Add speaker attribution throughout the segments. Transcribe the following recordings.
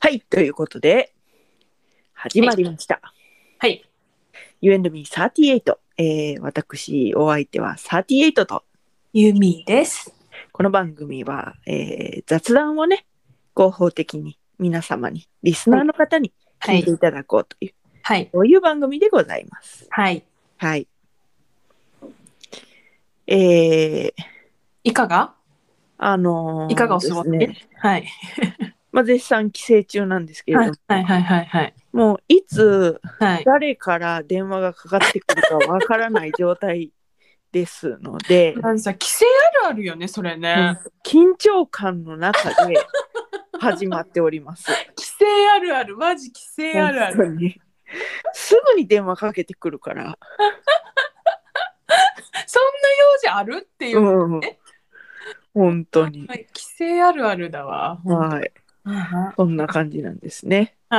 Speaker 1: はい、ということで、始まりました。
Speaker 2: はい。
Speaker 1: You and me38。えー、私、お相手は38と、
Speaker 2: ユミです。
Speaker 1: この番組は、えー、雑談をね、合法的に皆様に、リスナーの方に
Speaker 2: は
Speaker 1: 聞い
Speaker 2: い
Speaker 1: て。いただこうという、
Speaker 2: はい。
Speaker 1: そういう番組でございます。
Speaker 2: はい。
Speaker 1: はい。えー、
Speaker 2: いかが
Speaker 1: あのー
Speaker 2: いかがお過ごし
Speaker 1: ですね、
Speaker 2: はい。
Speaker 1: まあ、絶賛帰省中なんですけれど
Speaker 2: はい
Speaker 1: も、
Speaker 2: はいはいはいはい。
Speaker 1: もういつ
Speaker 2: はい。
Speaker 1: 誰から電話がかかってくるかわからない状態ですので
Speaker 2: なんかさ、規制あるあるよね、それ ね。
Speaker 1: 緊張感の中で始まっております。
Speaker 2: 規制あるある、マジ規制 あるある。
Speaker 1: 本当にすぐに電話かけてくるから、
Speaker 2: そんな用事あるっていうう。
Speaker 1: ん、本当に
Speaker 2: は。い、規制あるあるだわ。
Speaker 1: はい、
Speaker 2: は
Speaker 1: そんな感じなんですね。
Speaker 2: い。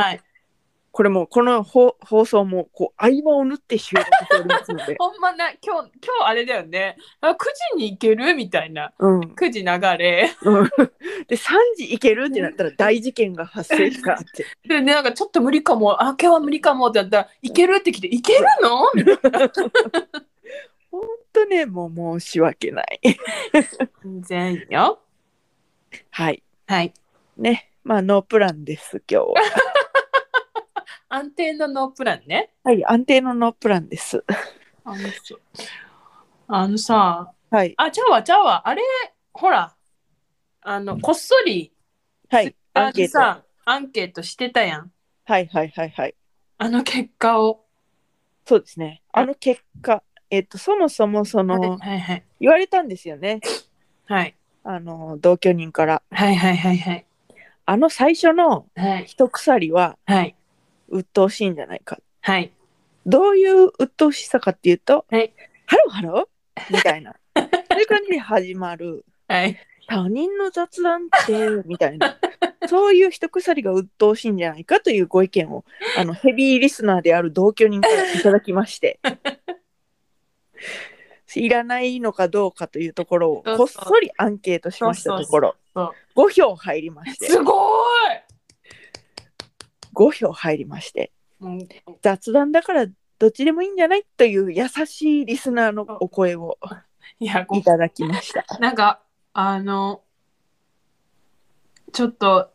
Speaker 1: これもこの放放送もこう合間を縫って収録しておりますの
Speaker 2: 、
Speaker 1: で
Speaker 2: ほんまな、今日、今日あれだよね。あ、9時に行けるみたいな。
Speaker 1: うん、
Speaker 2: 9時流れ。
Speaker 1: うんで3時行けるってなったら大事件が発生した って。
Speaker 2: で、ね、なんかちょっと無理かも。あ、今日は無理かもってなったら、行けるって来て、行けるのみたいな
Speaker 1: 本当ねもう申し訳ない。
Speaker 2: 全然よ。
Speaker 1: はい。
Speaker 2: はい。
Speaker 1: ね。まあノープランです今日は。
Speaker 2: 安定のノープランね。
Speaker 1: はい安定のノープランです。
Speaker 2: あのあのさ、
Speaker 1: はい
Speaker 2: あ、ちゃうわ、ちゃうわ、あれ、ほら、あの、こっそり、
Speaker 1: はいアンケート。
Speaker 2: さ、アンケートしてたやん。
Speaker 1: はいはいはいはい。
Speaker 2: あの結果を。
Speaker 1: そうですね。あの結果えっとそもそもその
Speaker 2: はいはい
Speaker 1: 言われたんですよね。
Speaker 2: はい。
Speaker 1: あの同居人から
Speaker 2: はいはいはいはい。
Speaker 1: あの最初の
Speaker 2: はい
Speaker 1: 一鎖は
Speaker 2: はい
Speaker 1: 鬱陶しいんじゃないか。
Speaker 2: はい。
Speaker 1: どういう鬱陶しさかっていうと、
Speaker 2: はい
Speaker 1: ハローハローみたいな。そういう感じで始まる。
Speaker 2: はい。
Speaker 1: 他人の雑談って みたいなそういう一鎖が鬱陶しいんじゃないかというご意見をあのヘビーリスナーである同居人からいただきまして いらないのかどうかというところを
Speaker 2: そう
Speaker 1: こ
Speaker 2: そ
Speaker 1: っ
Speaker 2: う
Speaker 1: そりアンケートしましたところ
Speaker 2: そう
Speaker 1: 5票入りまして
Speaker 2: すご
Speaker 1: 5票入りまして
Speaker 2: いもう
Speaker 1: 雑談だからどっちでもいいんじゃないという優しいリスナーのお声を
Speaker 2: いや、ご
Speaker 1: いただきました。
Speaker 2: なんか、あの、ちょっと、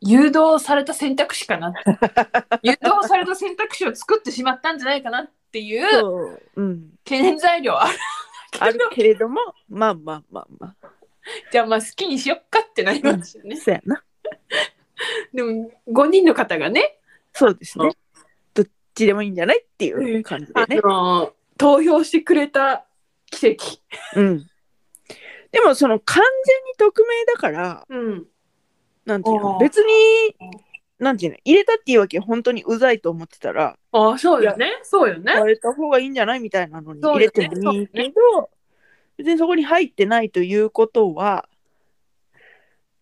Speaker 2: 誘導された選択肢かな。誘導された選択肢を作ってしまったんじゃないかなっていう
Speaker 1: そううん、
Speaker 2: 懸念材料ある。
Speaker 1: あるけれどもまあまあまあまあ
Speaker 2: じゃあまあ好きにしよっかってなりましたね。
Speaker 1: そうやな。
Speaker 2: でも5人の方がね、
Speaker 1: そうです
Speaker 2: う
Speaker 1: ね
Speaker 2: ん。
Speaker 1: どっちでもいいんじゃないっていう感じで
Speaker 2: あ
Speaker 1: ね。
Speaker 2: の投票してくれた奇跡。
Speaker 1: うん。でもその完全に匿名だから、
Speaker 2: うん。
Speaker 1: なんていう
Speaker 2: う
Speaker 1: の、
Speaker 2: ん
Speaker 1: 別に、なんていうの、入れたっていうわけ本当にうざいと思ってたら、
Speaker 2: ああ、そうよね。そうよね。
Speaker 1: 入れた方がいいんじゃないみたいなのに
Speaker 2: そう
Speaker 1: 入
Speaker 2: よ
Speaker 1: れ
Speaker 2: ね
Speaker 1: てもいいけど、別にそこに入ってないということは、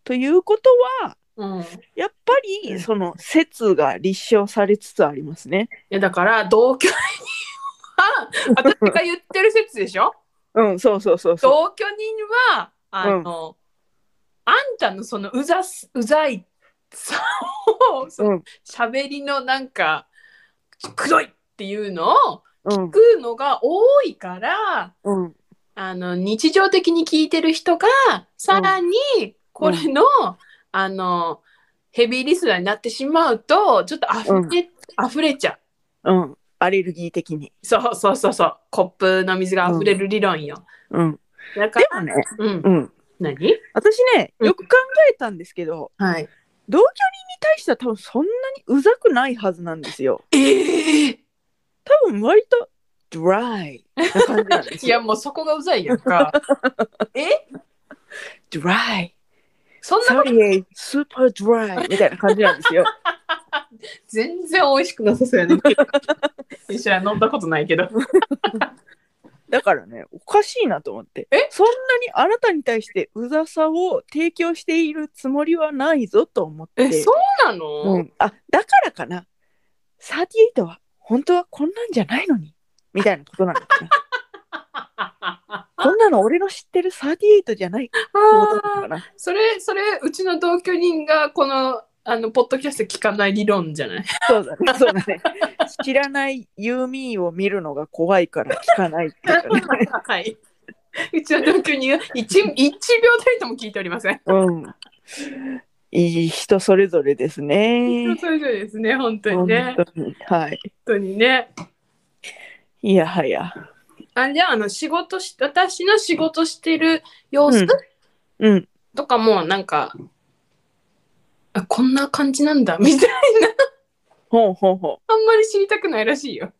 Speaker 1: ということは、
Speaker 2: うん。い
Speaker 1: やっぱ
Speaker 2: う
Speaker 1: り
Speaker 2: ん
Speaker 1: その説が立証されつつありますね。
Speaker 2: やだから同居人は、私が言ってる説でし ょ
Speaker 1: うん、そうそうそうそう。
Speaker 2: 同居人は、あの、あんたのそのうざす、うざいさを、そ
Speaker 1: うん、
Speaker 2: 喋りのなんか、くどいっていうのを
Speaker 1: うん
Speaker 2: 聞、くのが多いから、
Speaker 1: うん、
Speaker 2: あの日常的に聞いてる人がさらにこれの,、あのヘビーリスナーになってしまうとちょっと溢れ,、溢れちゃ
Speaker 1: うん。アレルギー的に。
Speaker 2: うそうそうそうそうコップの水が溢れる理論よ、
Speaker 1: うん。
Speaker 2: だか
Speaker 1: で
Speaker 2: ら
Speaker 1: もね、
Speaker 2: うん
Speaker 1: うん、
Speaker 2: 何
Speaker 1: 私ね
Speaker 2: うん
Speaker 1: よく考えたんですけど、
Speaker 2: はい
Speaker 1: 同居人に対しては多分そんなにうざくないはずなんですよ
Speaker 2: ええ
Speaker 1: 多分割とドライな感じなんです
Speaker 2: いや
Speaker 1: よ
Speaker 2: もうそこがうざいや んか
Speaker 1: ドライ
Speaker 2: そんな
Speaker 1: サリエスーパードライみたいな感じなん ですよ
Speaker 2: 全然美味しくなさそう やね一緒に飲んだことないけど
Speaker 1: だからねおかしいなと思ってそんなにあなたに対してうざさを提供しているつもりはないぞと思って
Speaker 2: えそうなの、
Speaker 1: うん、あだからかな38は本当はこんなんじゃないのにみたいなことなのかなこんなの俺の知ってる38じゃないってことなのかな。
Speaker 2: それそれうちの同居人がこのあの、ポッドキャスト聞かない理論じゃない。
Speaker 1: そうだね、そうだね。知らないユーミーを見るのが怖いから聞かないっていうか ね。
Speaker 2: はい。うちの同居人は一一秒たりとも聞いておりません。
Speaker 1: うん。いい人それぞれですね。
Speaker 2: そういうことですね、本当に
Speaker 1: 本
Speaker 2: ね。本
Speaker 1: 当に。はい。
Speaker 2: 当にね。
Speaker 1: いやはや。
Speaker 2: あじゃあ、あの、仕事し、私の仕事してる様子
Speaker 1: うんうん。
Speaker 2: とかも、なんか、あこんな感じなんだ、 みたいな。
Speaker 1: ほうほうほ
Speaker 2: あんまり知りたくないらしいよ。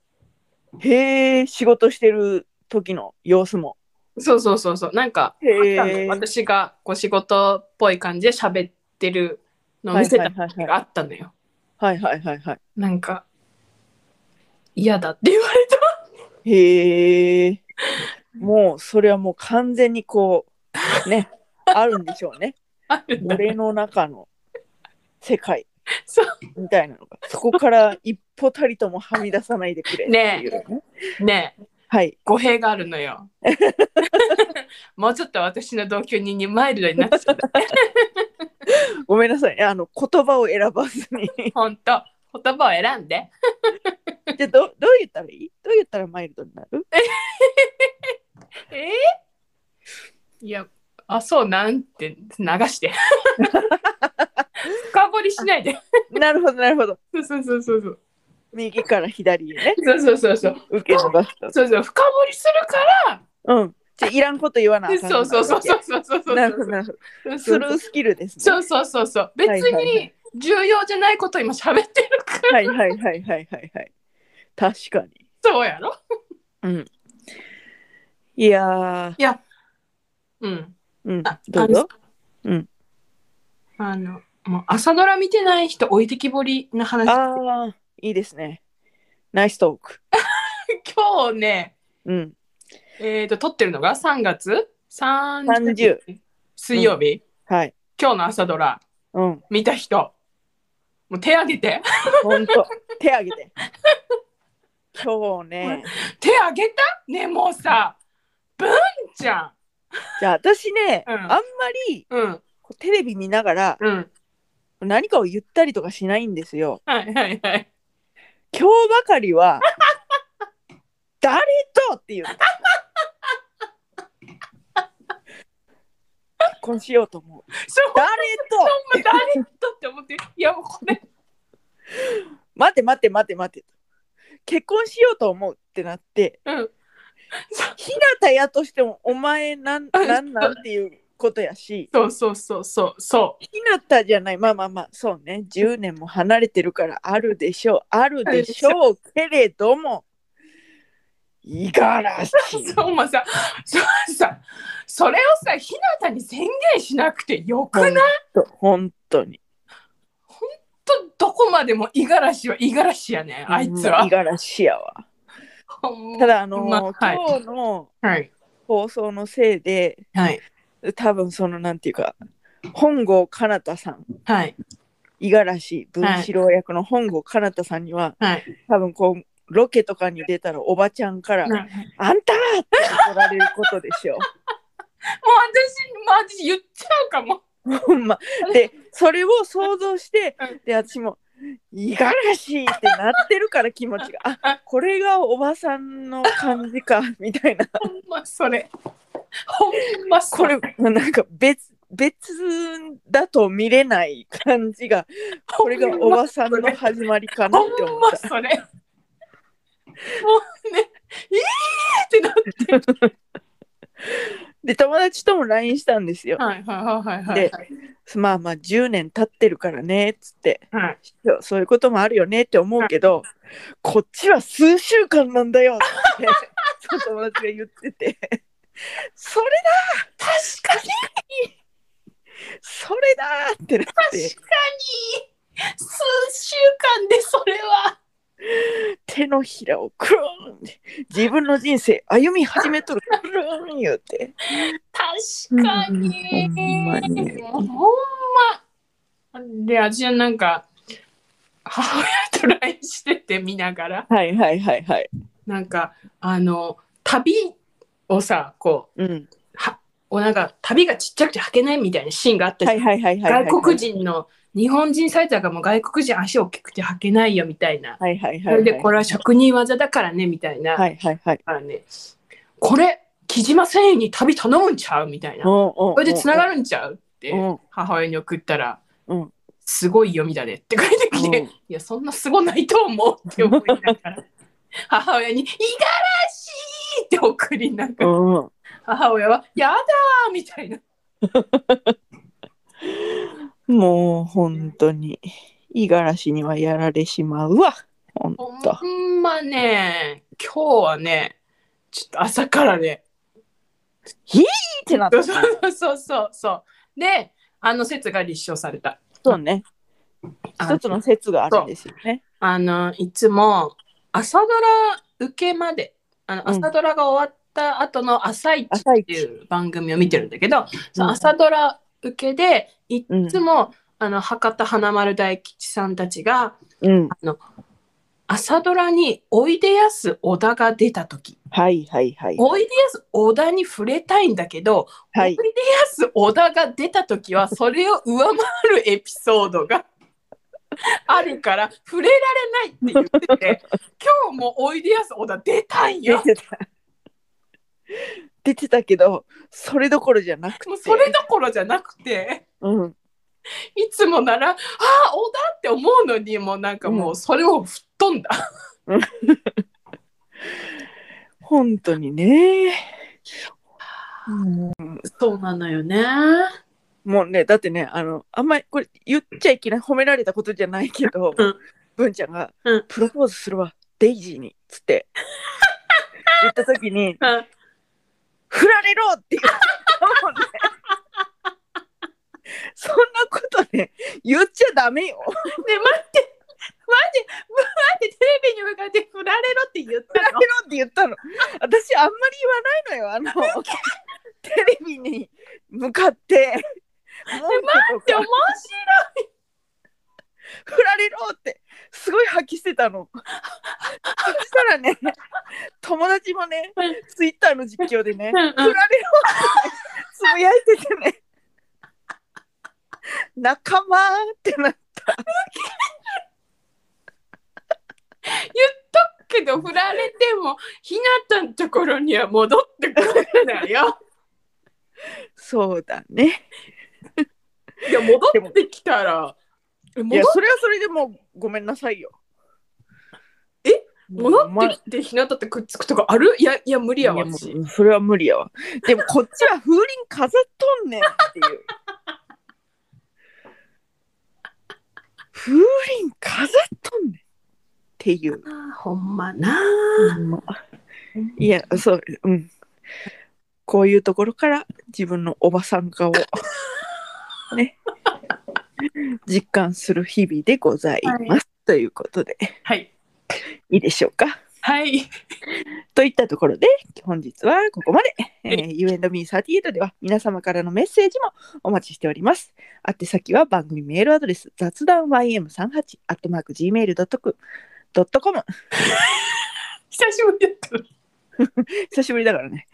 Speaker 1: う。へえ、仕事してる時の様子も。
Speaker 2: そうそうそうそう。なんか、
Speaker 1: へ
Speaker 2: あった
Speaker 1: え。
Speaker 2: の私がこう仕事っぽい感じで喋ってるのを見せた
Speaker 1: はいはいはい
Speaker 2: 時
Speaker 1: は
Speaker 2: があったのよ。
Speaker 1: はいはいはいは
Speaker 2: なんか、嫌だって言われた。
Speaker 1: い。へえ。もうそれはもう完全にこう、ね、あるんでしょうね。
Speaker 2: あるんだ
Speaker 1: 俺の中の世界
Speaker 2: そ
Speaker 1: みたいなのが。そこから一歩たりともはみ出さないでくれっていうね。
Speaker 2: うねえ
Speaker 1: はい。
Speaker 2: 語弊がある のよ。もうちょっと私の同居人にマイルドになっちゃった。
Speaker 1: ごめんなさい。あの言葉を選ばずに。
Speaker 2: ほんと。言葉を選んで。
Speaker 1: じゃあどどう言ったらいいどう言ったらマイルドになる
Speaker 2: えー、いや、あ、そうなんて流 して。深掘りしないで。
Speaker 1: なるほどなるほど。
Speaker 2: そうそうそうそうそう。
Speaker 1: 右から左へね。
Speaker 2: そうそうそうそう。
Speaker 1: 受け逃すと。
Speaker 2: そうそう、深掘りするから
Speaker 1: うん。じゃあいらんこと言わなあかん
Speaker 2: そうそうそうそうそうそうそう
Speaker 1: なるほどなるほど。
Speaker 2: そう
Speaker 1: スルースキルですね。
Speaker 2: そうそうそうそう別
Speaker 1: はいはいは
Speaker 2: に重要じゃないことを今喋ってるから
Speaker 1: はいはいはいはいはいはい。確かに。
Speaker 2: そうやろ
Speaker 1: いやー、
Speaker 2: うん
Speaker 1: うん
Speaker 2: あ、
Speaker 1: どうぞ。
Speaker 2: あ
Speaker 1: うん
Speaker 2: あのもう朝ドラ見てない人置いてきぼりな話
Speaker 1: ああ、いいですね。ナイストーク。
Speaker 2: 今日ね
Speaker 1: うん。
Speaker 2: えっ、と撮ってるのが3月30
Speaker 1: 30
Speaker 2: 水曜日、
Speaker 1: はい。
Speaker 2: 今日の朝ドラ
Speaker 1: うん。
Speaker 2: 見た人もう手挙げて
Speaker 1: ほんと。手挙げて。今日ね。
Speaker 2: 手挙げたねもうさ文ちゃ
Speaker 1: じゃあ私ね、
Speaker 2: うん
Speaker 1: あんまり
Speaker 2: んうん
Speaker 1: こうテレビ見ながら
Speaker 2: うん
Speaker 1: 何かを言ったりとかしないんですよ。
Speaker 2: はいはいはい
Speaker 1: 今日ばかり は誰とっていう結婚しようと思う
Speaker 2: そう
Speaker 1: 誰と
Speaker 2: ほんま誰だって思っていやもうこれ
Speaker 1: 待て待て待て待て結婚しようと思うってなって
Speaker 2: うん
Speaker 1: 日向やとしてもお前なんなんなんっていうことやし
Speaker 2: そうそうそうそうそ
Speaker 1: 日向じゃないまあまあまあそうね10年も離れてるからあるでしょうあるでしょうけれども五十嵐
Speaker 2: う そうお前さそうさそれをさひなたに宣言しなくてよくな
Speaker 1: ほ
Speaker 2: い
Speaker 1: んと本当に
Speaker 2: とどこまでも五十嵐は五十嵐やねんあいつ
Speaker 1: うん
Speaker 2: は
Speaker 1: 五。十嵐やわ
Speaker 2: ほんま
Speaker 1: ただあのー
Speaker 2: まはい
Speaker 1: 今日の
Speaker 2: はい
Speaker 1: 放送のせいで
Speaker 2: はい
Speaker 1: 多分そのなんていうか本郷奏多さん
Speaker 2: はい
Speaker 1: 五十嵐文四郎役の本郷奏多さんには
Speaker 2: はい
Speaker 1: 多分こうロケとかに出たらおばちゃんから
Speaker 2: もう
Speaker 1: 「あんた!」って怒られることでし ょ
Speaker 2: 私もう私言っちゃうかも。
Speaker 1: う。ほんま、でそれを想像 して
Speaker 2: うん
Speaker 1: で私も「五十嵐!」ってなってるから気持ちが「あこれがおばさんの感じ か」みたいな。
Speaker 2: ほんまそれ。ほんまそ
Speaker 1: こ
Speaker 2: れ。
Speaker 1: れなんか別別だと見れない感じ がこれがおばさんの始まりかなっ
Speaker 2: ほ
Speaker 1: て思
Speaker 2: ん
Speaker 1: っ
Speaker 2: ま
Speaker 1: た
Speaker 2: それ。もうね、えーってなって。
Speaker 1: で友達とも LINE したんですよ
Speaker 2: はいはいはいはい。
Speaker 1: でまあまあ10年経ってるからねっつって
Speaker 2: はい、
Speaker 1: そうそういうこともあるよねって思うけどこっちは数週間なんだよって その友達が言っててそれ
Speaker 2: 確かに
Speaker 1: だそれだってなっ
Speaker 2: 確かに
Speaker 1: て
Speaker 2: 数週間でそれは
Speaker 1: 手のひらをクルーンって自分の人生歩み始めとるクルーン言うて。
Speaker 2: 確か
Speaker 1: う
Speaker 2: に、
Speaker 1: んほんまに
Speaker 2: ほんまで私はなんか母親と LINE してて見ながら
Speaker 1: はいはいはいはい。
Speaker 2: なんかあの旅をさこ
Speaker 1: うん。
Speaker 2: うはおなんか旅がちっちゃくて履けないみたいなシーンがあったじゃん
Speaker 1: はいはいはいはいはい。
Speaker 2: 外国人の日本人サイターがもう外国人足大きくて履けないよみたいな。
Speaker 1: はいはい
Speaker 2: そ
Speaker 1: はい、は
Speaker 2: れ
Speaker 1: い。
Speaker 2: でこれは職人技だからねみたいな。
Speaker 1: はいはいはい。
Speaker 2: からね、これ、木島繊維に旅頼むんちゃうみたいな。
Speaker 1: こ
Speaker 2: これで繋が
Speaker 1: る
Speaker 2: るんちゃうって
Speaker 1: うん
Speaker 2: 母親に送ったら、
Speaker 1: うん
Speaker 2: すごい読みだねって書いてきて、
Speaker 1: うん
Speaker 2: いや、そんなすごないと思うって思いなが ら、母親に、いがらしいって送りなが
Speaker 1: う
Speaker 2: ら、
Speaker 1: んうん。
Speaker 2: 母親は、やだーみたいな。
Speaker 1: もう本当に五十嵐にはやられしまうわ。本
Speaker 2: ほ
Speaker 1: 当。
Speaker 2: んまね、今日はね、ちょっと朝からね、
Speaker 1: ってなっ
Speaker 2: そ
Speaker 1: た。
Speaker 2: うそうそうそうそう。で、あの説が立証された。
Speaker 1: そうね。一つの説があるんですよね。
Speaker 2: あのいつも朝ドラ受けまであの
Speaker 1: うん
Speaker 2: 朝ドラが終わった後の「朝一
Speaker 1: 朝
Speaker 2: って
Speaker 1: 一
Speaker 2: いう番組を見てるんだけど、その
Speaker 1: うん
Speaker 2: 朝ドラ受けでい
Speaker 1: うん
Speaker 2: つも、あの博多華丸大吉さんたちが
Speaker 1: うん。
Speaker 2: 朝ドラに「おいでやす小田」が出た時
Speaker 1: はいはいは
Speaker 2: 「
Speaker 1: い。
Speaker 2: おいでやす小田」に触れたいんだけど「
Speaker 1: はい
Speaker 2: おいでやす小田」が出た時はそれを上回るエピソー ドがあるから触れられないって言ってて。今日もおいでやす小田出たん
Speaker 1: 出
Speaker 2: よ。
Speaker 1: てた。出てたけど、それどころじゃなく
Speaker 2: もう
Speaker 1: て。
Speaker 2: それどころじゃなくて、
Speaker 1: うん。
Speaker 2: いつもなら、ああ、小田って思うのに、もうなんかも
Speaker 1: う
Speaker 2: うそれを吹っ飛んだ。
Speaker 1: 本当にね。
Speaker 2: そうなのよね。
Speaker 1: もうね、だってね、あの、あんまりこれ言っちゃいけない、褒められたことじゃないけど
Speaker 2: うん、
Speaker 1: 文ちゃんが
Speaker 2: うん、
Speaker 1: プロポーズするわ、デイジーに、つ って、言った時に、
Speaker 2: うん
Speaker 1: 振られろって言ったもんね。そんなことね、言っちゃダメよ。
Speaker 2: ね、待って、待って、待って、テレビに向かって振られろって言っ
Speaker 1: 振られ
Speaker 2: た
Speaker 1: ろ
Speaker 2: の。
Speaker 1: って言ったの。私、あんまり言わないのよ。あの、テレビに向かって、文句
Speaker 2: で
Speaker 1: と
Speaker 2: 面
Speaker 1: か振られろって、すごい吐き捨てたの。そしたらね、友達もね
Speaker 2: うん、
Speaker 1: ツイッターの実況でね、
Speaker 2: 白い。
Speaker 1: 振られろってつぶやいててね、仲間ってなって
Speaker 2: けど振られても、ひなたのところには戻ってくるんだよ。
Speaker 1: そうだね。
Speaker 2: いや、戻ってきたら、
Speaker 1: いや
Speaker 2: 戻っ
Speaker 1: それはそれでもうごめんなさいよ。
Speaker 2: え戻
Speaker 1: お前
Speaker 2: ってきてひなたってくっつくとかあるいや、いや、無理やわ。
Speaker 1: いや
Speaker 2: 私
Speaker 1: もうそれは無理やわ。でもこっちは風鈴飾っとんねんっていう。 風鈴飾っとんねんっていう。
Speaker 2: あほんまなあ、
Speaker 1: いやそううん。こういうところから自分のおばさん化をね実感する日々でございます。ということで
Speaker 2: はい
Speaker 1: いいでしょうか。
Speaker 2: はい
Speaker 1: といったところで本日はここまで、えー、You and me38 では皆様からのメッセージもお待ちしております宛先は番組メールアドレス雑談 ym38-gmail.com
Speaker 2: 久しぶりだった
Speaker 1: 久しぶりだからね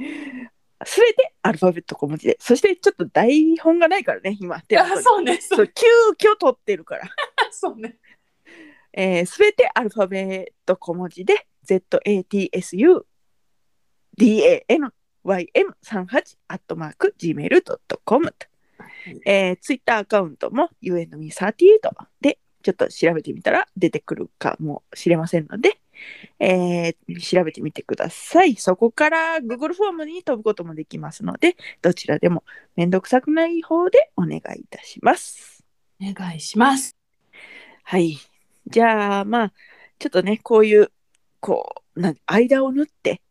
Speaker 1: すべてアルファベット小文字でそしてちょっと台本がないからね今手元
Speaker 2: あ
Speaker 1: に
Speaker 2: そうね
Speaker 1: そ
Speaker 2: そうう
Speaker 1: 急遽取ってるから
Speaker 2: そうね
Speaker 1: えー、全てアルファベット小文字で zatsudanym38-gmail.com と、えー、ツイッターアカウントも UNME38 でちょっと調べてみたら出てくるかもしれませんので、えー調べてみてください。そこから Google フォームに飛ぶこともできますので、どちらでもめんどくさくない方でお願いいたします。
Speaker 2: お願いします
Speaker 1: はい。じゃあ、まあ、ちょっとね、こういう、こう、なん間を縫 って、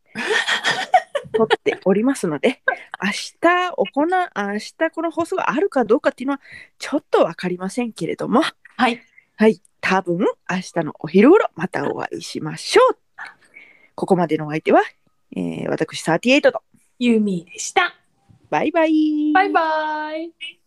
Speaker 1: 撮っておりますので、明日行な、明日この放送があるかどうかっていうのは、ちょっとわかりませんけれども、
Speaker 2: はい
Speaker 1: はい。多分、明日のお昼頃、またお会いしましょう。ここまでのお相手は、えー、私38と、
Speaker 2: ユーミーでした
Speaker 1: バイバイ。
Speaker 2: バイバイ